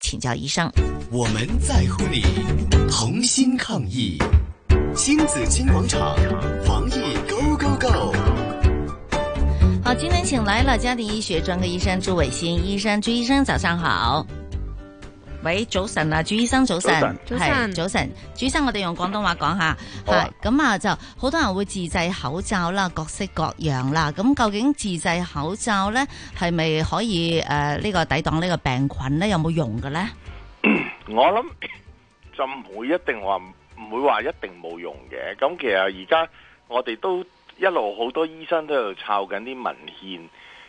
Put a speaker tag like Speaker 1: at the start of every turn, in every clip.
Speaker 1: 请教医生。
Speaker 2: 我们在乎你，同心抗疫。新紫金广场防疫 Go Go Go！
Speaker 1: 好，今天请来了家庭医学专科医生朱伟新医生，朱医生早上好。喂，早晨啊，朱醫生，早晨，
Speaker 3: 早晨
Speaker 1: 係早晨，朱醫生，我哋用廣東話講下，
Speaker 3: 好啊
Speaker 1: 係咁啊，就好多人會自製口罩啦，各式各樣啦。咁究竟自製口罩咧，係咪可以誒呢、個抵擋呢個病菌咧？有冇用嘅咧？
Speaker 4: 我諗就唔會一定話唔會話一定冇用嘅。咁其實而家我哋都一路好多醫生都喺度抄緊啲文獻。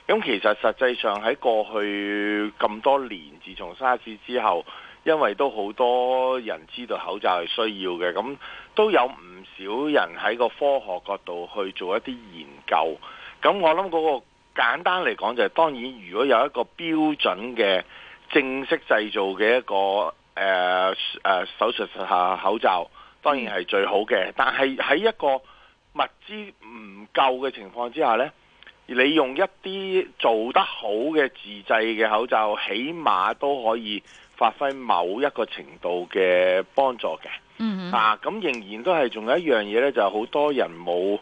Speaker 4: 咁其實實際上喺過去咁多年，自從沙士之後，因為都好多人知道口罩係需要嘅，咁都有唔少人喺個科學角度去做一啲研究。咁我諗嗰個簡單嚟講就係、當然，如果有一個標準嘅正式製造嘅一個誒誒、呃呃手術下口罩，當然係最好嘅。但係喺一個物資唔夠嘅情況之下呢，你用一啲做得好嘅自製嘅口罩，起碼都可以發揮某一個程度嘅幫助嘅。
Speaker 1: 嗯
Speaker 4: 啊，咁仍然都係仲有一樣嘢咧，就係好多人冇，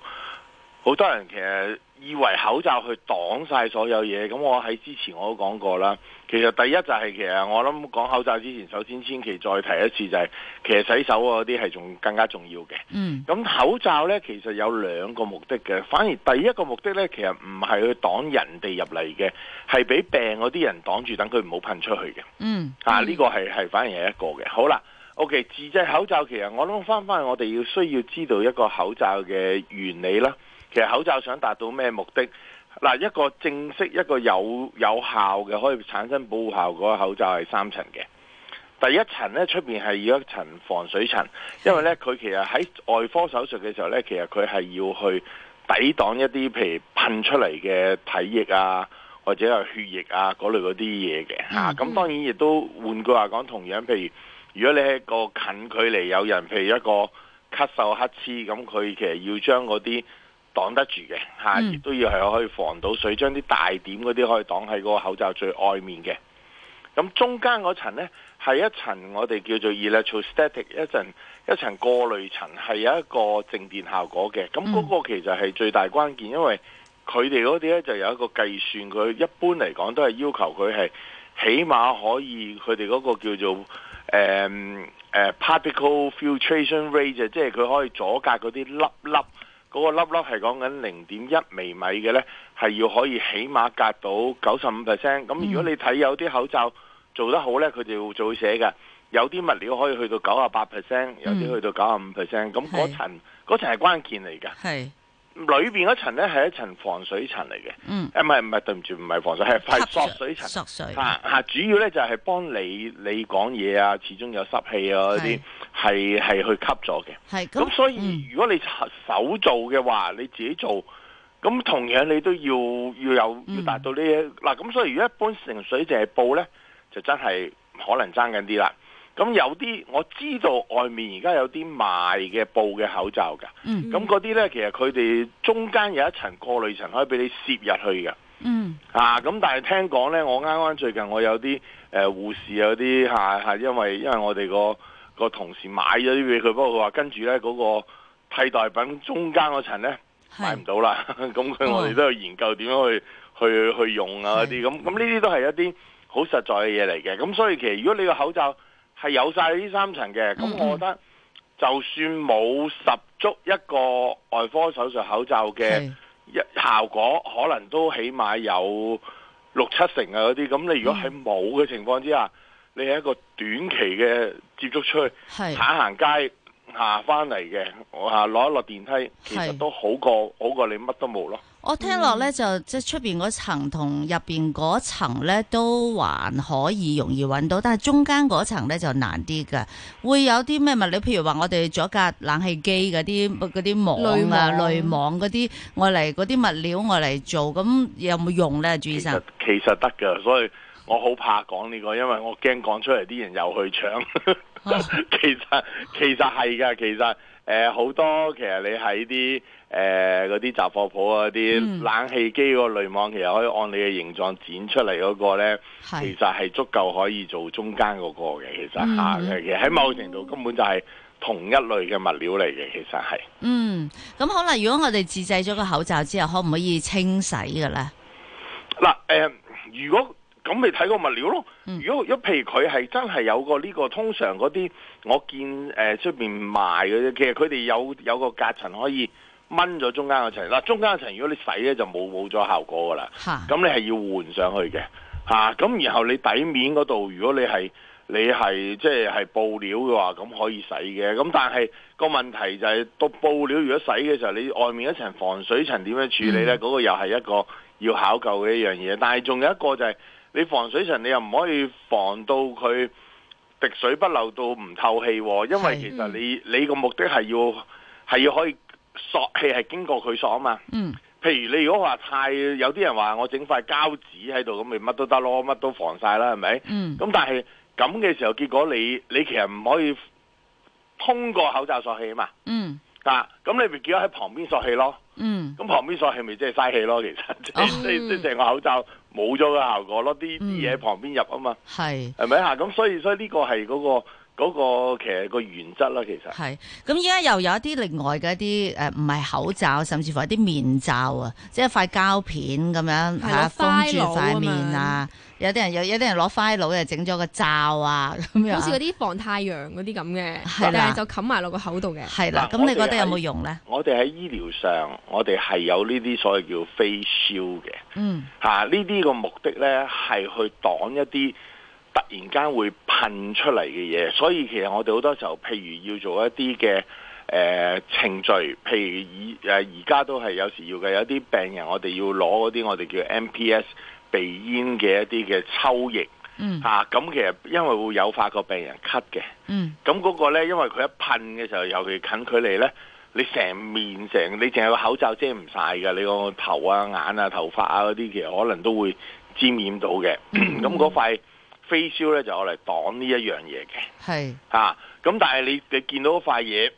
Speaker 4: 好多人其實以為口罩去擋晒所有嘢。咁我喺之前我都講過啦，其實第一就係、其實我諗講口罩之前，首先千祈再提一次就係、其實洗手嗰啲係仲更加重要嘅。
Speaker 1: 嗯
Speaker 4: 咁口罩呢，其實有兩個目的嘅，反而第一個目的呢，其實唔係去擋人哋入嚟嘅，係俾病嗰啲人擋住，等佢唔好噴出去嘅。
Speaker 1: 嗯，
Speaker 4: 啊，呢、個係係反而係一個嘅。好啦，OK，自製口罩其實我諗翻翻，我哋要需要知道一個口罩嘅原理啦。其實口罩想達到咩目的？嗱，一個正式一個有有效嘅可以產生保護效果嘅口罩係三層嘅。第一層咧，出邊係要一層防水層，因為咧佢其實喺外科手術嘅時候咧，其實佢係要去抵擋一啲譬如噴出嚟嘅體液啊，或者係血液啊嗰類嗰啲嘢嘅嚇。咁、當然亦都換句話講，同樣譬如如果你係一個近距離有人譬如一個咳嗽乞嗤，咁佢其實要將嗰啲擋得住嘅嚇，
Speaker 5: 嗯
Speaker 4: 亦、都要係可以防到水，將啲大點嗰啲可以擋喺嗰個口罩最外面嘅。咁中間嗰層呢，係一層我哋叫做 electrostatic，一層一層過濾層係有一個靜電效果嘅。咁嗰個其實係最大關鍵，因為佢哋嗰啲呢就有一個計算，佢一般嚟講都係要求佢係起碼可以佢哋嗰個叫做誒誒、呃 particle filtration rate，即係佢可以阻隔嗰啲粒粒。嗰個粒粒係講緊零點一微米嘅呢，係要可以起碼隔到九十五 percent。咁如果你睇有啲口罩做得好呢，佢就就會寫嘅。有啲物料可以去到九十八 percent，有啲去到九十五 percent。咁嗰層嗰嗯層係關鍵嚟㗎。
Speaker 1: 係
Speaker 4: 裏邊嗰層呢係一層防水層嚟嘅。
Speaker 1: 嗯
Speaker 4: 誒唔係唔係，對唔住，唔係防水，係係索水層。
Speaker 1: 索水
Speaker 4: 啊啊！主要咧就係幫你你講嘢啊，始終有濕氣啊嗰啲係係去吸咗嘅。
Speaker 1: 係
Speaker 4: 咁，嗯所以如果你手做嘅話，你自己做，咁同樣你都要要有要達到呢一嗱。咁、所以如果一般成水淨係布咧，就真係可能爭緊啲啦。咁有啲我知道外面而家有啲賣嘅布嘅口罩㗎，
Speaker 1: 嗯
Speaker 4: 咁嗰啲咧其實佢哋中間有一層過濾層可以俾你攝入去嘅。
Speaker 1: 嗯
Speaker 4: 啊，咁但係聽講咧，我啱啱最近我有啲誒護士有啲嚇嚇，因為因為我哋個個同事買咗啲俾佢，不過佢話跟住咧嗰個替代品中間嗰層咧買唔到啦， 咁佢我哋都有研究點樣去去去用啊嗰啲，咁咁呢啲都係一啲好實在嘅嘢嚟嘅，咁所以其實如果你個口罩係有晒呢三層嘅，咁我覺得。就算冇十足一個外科手術口罩嘅一效果，可能都起碼有六七成啊嗰啲。咁你如
Speaker 1: 嗯
Speaker 4: 果喺冇嘅情況之下，你係一個短期嘅接觸出去
Speaker 1: 係
Speaker 4: 行行街下翻嚟嘅，我下攞一落電梯，其實
Speaker 1: 係
Speaker 4: 都好過好過你乜都冇咯。
Speaker 1: 我聽落咧就即係出邊嗰層同入邊嗰層咧都還可以容易揾到，但係中間嗰層咧就難啲嘅。會有啲咩物料？譬如話我哋左架冷氣機嗰啲嗰啲網啊、
Speaker 4: 濾
Speaker 1: 濾網嗰啲，我嚟嗰啲物料我嚟做，咁有冇用咧，朱醫生？
Speaker 4: 其實得㗎，所以我好怕講呢個，因為我驚講出嚟啲人又去搶。
Speaker 1: 啊
Speaker 4: 其實其實係㗎，其實誒好、多其實你喺啲誒嗰啲雜貨鋪啊，啲
Speaker 1: 嗯
Speaker 4: 冷氣機個濾網，其實可以按你嘅形狀剪出嚟嗰個咧，其實
Speaker 1: 係
Speaker 4: 係足夠可以做中間嗰個嘅。其實
Speaker 1: 嗯
Speaker 4: 嚇嘅，其實喺某程度根本就係同一類嘅物料嚟嘅，其實係。
Speaker 1: 嗯，咁好啦，如果我哋自製咗個口罩之後，可唔可以清洗嘅咧？
Speaker 4: 嗱，誒、如果咁你睇個物料咯。
Speaker 1: 嗯
Speaker 4: 如果一譬如佢係真係有個呢、個，通常嗰啲我見誒出邊賣嘅，其實佢哋有有個隔層可以掹咗中間嗰層。嗱，中間嗰層如果你洗咧就冇冇咗效果㗎啦。
Speaker 1: 吓，
Speaker 4: 咁你係要換上去嘅嚇。咁、然後你底面嗰度，如果你係你係即係係布料嘅話，咁可以洗嘅。咁但係個問題就係、到布料如果洗嘅時候，你外面一層防水層點樣處理呢？
Speaker 1: 嗯
Speaker 4: 嗰、個又係一個要考究嘅一樣嘢。但係仲有一個就係、你防水層你又唔可以防到佢。滴水不漏到唔透氣喎，因為
Speaker 1: 係
Speaker 4: 其實你你個目的係要係要可以索氣係經過佢索啊嘛。
Speaker 1: 嗯
Speaker 4: 譬如你如果話太有啲人話我整塊膠紙喺度咁，咪乜都得咯，乜都防晒啦，係咪？
Speaker 1: 嗯，
Speaker 4: 咁但係咁嘅時候，結果你你其實唔可以通過口罩索氣啊嘛，
Speaker 1: 嗯
Speaker 4: 啊，咁你咪結果喺旁邊索氣咯，
Speaker 1: 嗯
Speaker 4: 咁旁邊索氣咪即係嘥氣咯，其實即
Speaker 1: 哦
Speaker 4: 係即係即係成個口罩冇咗個效果咯，啲
Speaker 1: 嗯
Speaker 4: 啲嘢旁邊入啊嘛，
Speaker 1: 係。
Speaker 4: 係咪啊？咁所以所以呢個係嗰個嗰個其實個原則啦，其實。
Speaker 1: 係，咁依家又有一啲另外嘅一啲誒，唔係口罩，甚至乎一啲面罩啊，即係塊膠片咁樣
Speaker 3: 係
Speaker 1: 嚇
Speaker 3: 攞
Speaker 1: 封住
Speaker 3: file
Speaker 1: 塊面啊。有啲人有有啲人攞 file 又整咗個罩啊咁樣
Speaker 3: 好似嗰
Speaker 1: 啊。
Speaker 3: 啲防太陽嗰啲咁嘅，
Speaker 1: 係啦
Speaker 3: 但係就冚埋落個口度嘅。
Speaker 1: 係啦，
Speaker 4: 嗱
Speaker 1: 咁
Speaker 4: 我
Speaker 1: 你覺
Speaker 4: 哋
Speaker 1: 得有冇
Speaker 4: 係
Speaker 1: 用咧？
Speaker 4: 我哋喺醫療上，我哋係有呢啲所謂叫 face shield 嘅。
Speaker 1: 嗯
Speaker 4: 嚇啊呢啲個目的呢，係去擋一啲突然間會噴出嚟嘅嘢，所以其實我哋好多時候，譬如要做一啲嘅誒程序，譬如以誒而家都係有時要嘅，有啲病人我哋要攞嗰啲我哋叫 MPS 鼻咽嘅一啲嘅抽液
Speaker 1: 嗯
Speaker 4: 嚇，咁、其實因為會誘發個病人咳嘅。
Speaker 1: 嗯
Speaker 4: 咁嗰個呢，因為佢一噴嘅時候，尤其近距離呢，你成面成你淨係個口罩遮唔晒㗎，你個頭啊、眼啊、頭髮啊嗰啲，其實可能都會沾染到嘅。咁嗰塊飛燒呢，就我嚟擋呢一樣嘢嘅
Speaker 1: 係
Speaker 4: 嚇。啊咁、但係你你見到嗰塊嘢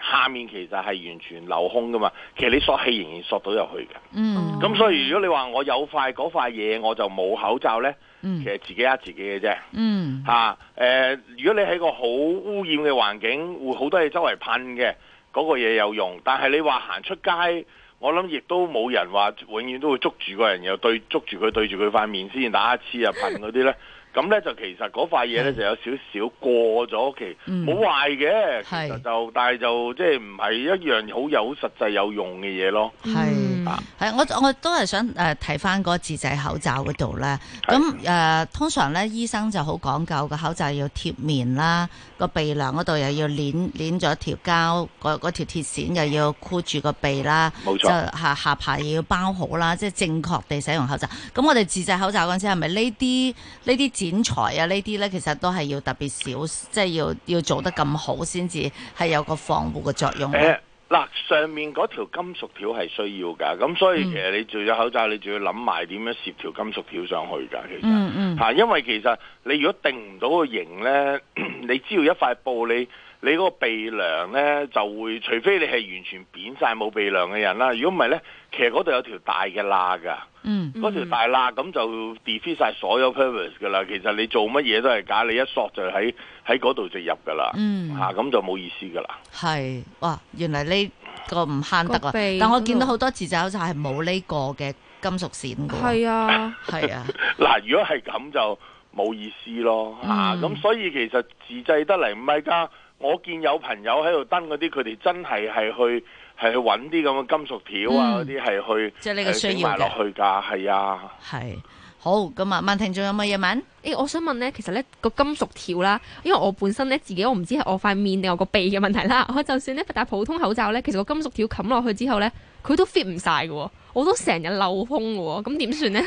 Speaker 4: 下面其實係完全留空㗎嘛，其實你索氣仍然索到入去嘅。
Speaker 1: 嗯
Speaker 4: 咁所以如果你話我有塊嗰塊嘢我就冇口罩呢，其
Speaker 1: 嗯
Speaker 4: 實自己呃自己嘅啫。
Speaker 1: 嗯
Speaker 4: 嚇、誒啊呃如果你喺個好污染嘅環境，會好多嘢周圍噴嘅，嗰、個嘢有用。但係你話行出街，我諗亦都冇人話永遠都會捉住個人，又對捉住佢對住佢塊面先打一黐啊噴嗰啲呢。咁呢，就其實嗰塊嘢呢，
Speaker 1: 係
Speaker 4: 就有少少過咗期，
Speaker 1: 嗯
Speaker 4: 冇壞嘅，其
Speaker 1: 係
Speaker 4: 實就但係就即係唔係一樣好有好實際有用嘅嘢咯。
Speaker 1: 係
Speaker 3: 嗯
Speaker 4: 啊
Speaker 1: 係，我我都係想誒睇翻嗰個自製口罩嗰度咧。咁誒、呃通常咧醫生就好講究個口罩要貼面啦，個鼻梁嗰度又要攣攣咗條膠，嗰嗰條鐵線又要箍住個鼻啦，
Speaker 4: 冇
Speaker 1: 就
Speaker 4: 錯。
Speaker 1: 下下巴又要包好啦，即係正確地使用口罩。咁我哋自製口罩嗰陣時係咪呢啲呢啲剪裁啊呢啲咧，其實都係要特別少，即係要要做得咁好先至係有個防護嘅作用呢。
Speaker 4: 誒嗱，上面嗰條金屬條係需要㗎，咁所以
Speaker 1: 嗯
Speaker 4: 其實你做咗口罩，你仲要諗埋點樣攝條金屬條上去㗎，其實。
Speaker 1: 嗯嗯，
Speaker 4: 嚇，因為其實你如果定唔到個型呢， 你只要一塊布，你你嗰個鼻梁呢就會，除非你係完全扁晒冇鼻梁嘅人啦，如果唔係呢，其實嗰度有條大嘅罅㗎，
Speaker 1: 嗯
Speaker 4: 嗰條大罅咁就 defeat 晒所有 purpose 㗎啦。其實你做乜嘢都係假，你一索就喺喺嗰度就入㗎啦，
Speaker 1: 嗯。
Speaker 4: 嚇咁就冇意思㗎啦。
Speaker 1: 係，哇！原嚟呢個唔慳得
Speaker 3: 個
Speaker 1: 啊！
Speaker 3: 鼻
Speaker 1: 但我
Speaker 3: 嗰
Speaker 1: 見到
Speaker 3: 度
Speaker 1: 好多自製口罩係冇呢個嘅金屬線嘅喎，
Speaker 3: 係啊，
Speaker 1: 係啊，
Speaker 4: 嗱，如果係咁就冇意思咯嚇，啊
Speaker 1: 嗯
Speaker 4: 咁、所以其實自製得嚟唔係㗎。我見有朋友喺度登嗰啲，佢哋真係係去係去揾啲咁嘅金屬條啊，嗰
Speaker 1: 嗯
Speaker 4: 啲係去
Speaker 1: 即係呢個
Speaker 4: 係整
Speaker 1: 需要
Speaker 4: 埋落
Speaker 1: 嘅，
Speaker 4: 去㗎，係啊。
Speaker 1: 係好咁啊！曼婷仲有冇嘢問？
Speaker 3: 誒、我想問咧，其實咧個金屬條啦，因為我本身咧自己我唔知係我塊面定我個鼻嘅問題啦。 我就算咧戴普通口罩咧，其實個金屬條冚落去之後咧，佢都 fit 唔晒嘅喎，我都成日漏風嘅喎，咁 點算咧？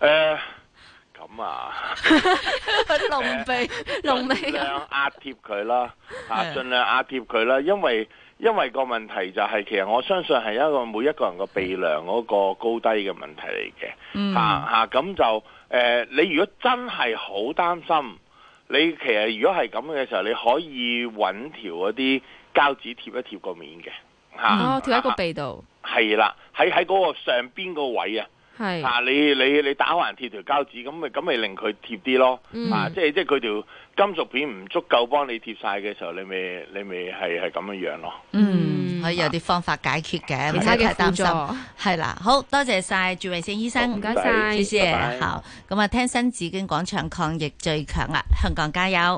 Speaker 4: 誒、咁啊，
Speaker 1: 龍鼻
Speaker 3: 龍尾
Speaker 4: 盡量壓貼佢啦，啊，
Speaker 1: 係
Speaker 4: 盡量壓貼佢啦，因為因為個問題就係、其實我相信係一個每一個人個鼻梁嗰個高低嘅問題嚟嘅。
Speaker 1: 嗯
Speaker 4: 啊嚇嚇咁就誒、呃你如果真係好擔心，你其實如果係咁嘅時候，你可以揾條嗰啲膠紙貼一貼個面嘅嚇，
Speaker 3: 哦，跳喺個鼻度，
Speaker 4: 係啦，喺喺嗰個上邊個位啊。
Speaker 3: 係，
Speaker 4: 啊！你你你打橫貼條膠紙，咁咪咁咪令佢貼啲咯。
Speaker 3: 嗯
Speaker 4: 啊，即係即係佢條金屬片唔足夠幫你貼晒嘅時候，你咪你咪係係咁樣樣咯。
Speaker 1: 嗯，
Speaker 3: 嗯
Speaker 1: 可以有啲方法解決嘅，
Speaker 3: 其
Speaker 1: 唔使
Speaker 3: 他嘅
Speaker 1: 太
Speaker 3: 輔
Speaker 1: 擔
Speaker 3: 助
Speaker 1: 心。，係啦，好多謝晒趙慧倩醫生，
Speaker 3: 唔該晒
Speaker 1: 謝謝
Speaker 4: 拜拜
Speaker 1: 好。咁啊，聽新紫荊廣場抗疫最強啊，香港加油！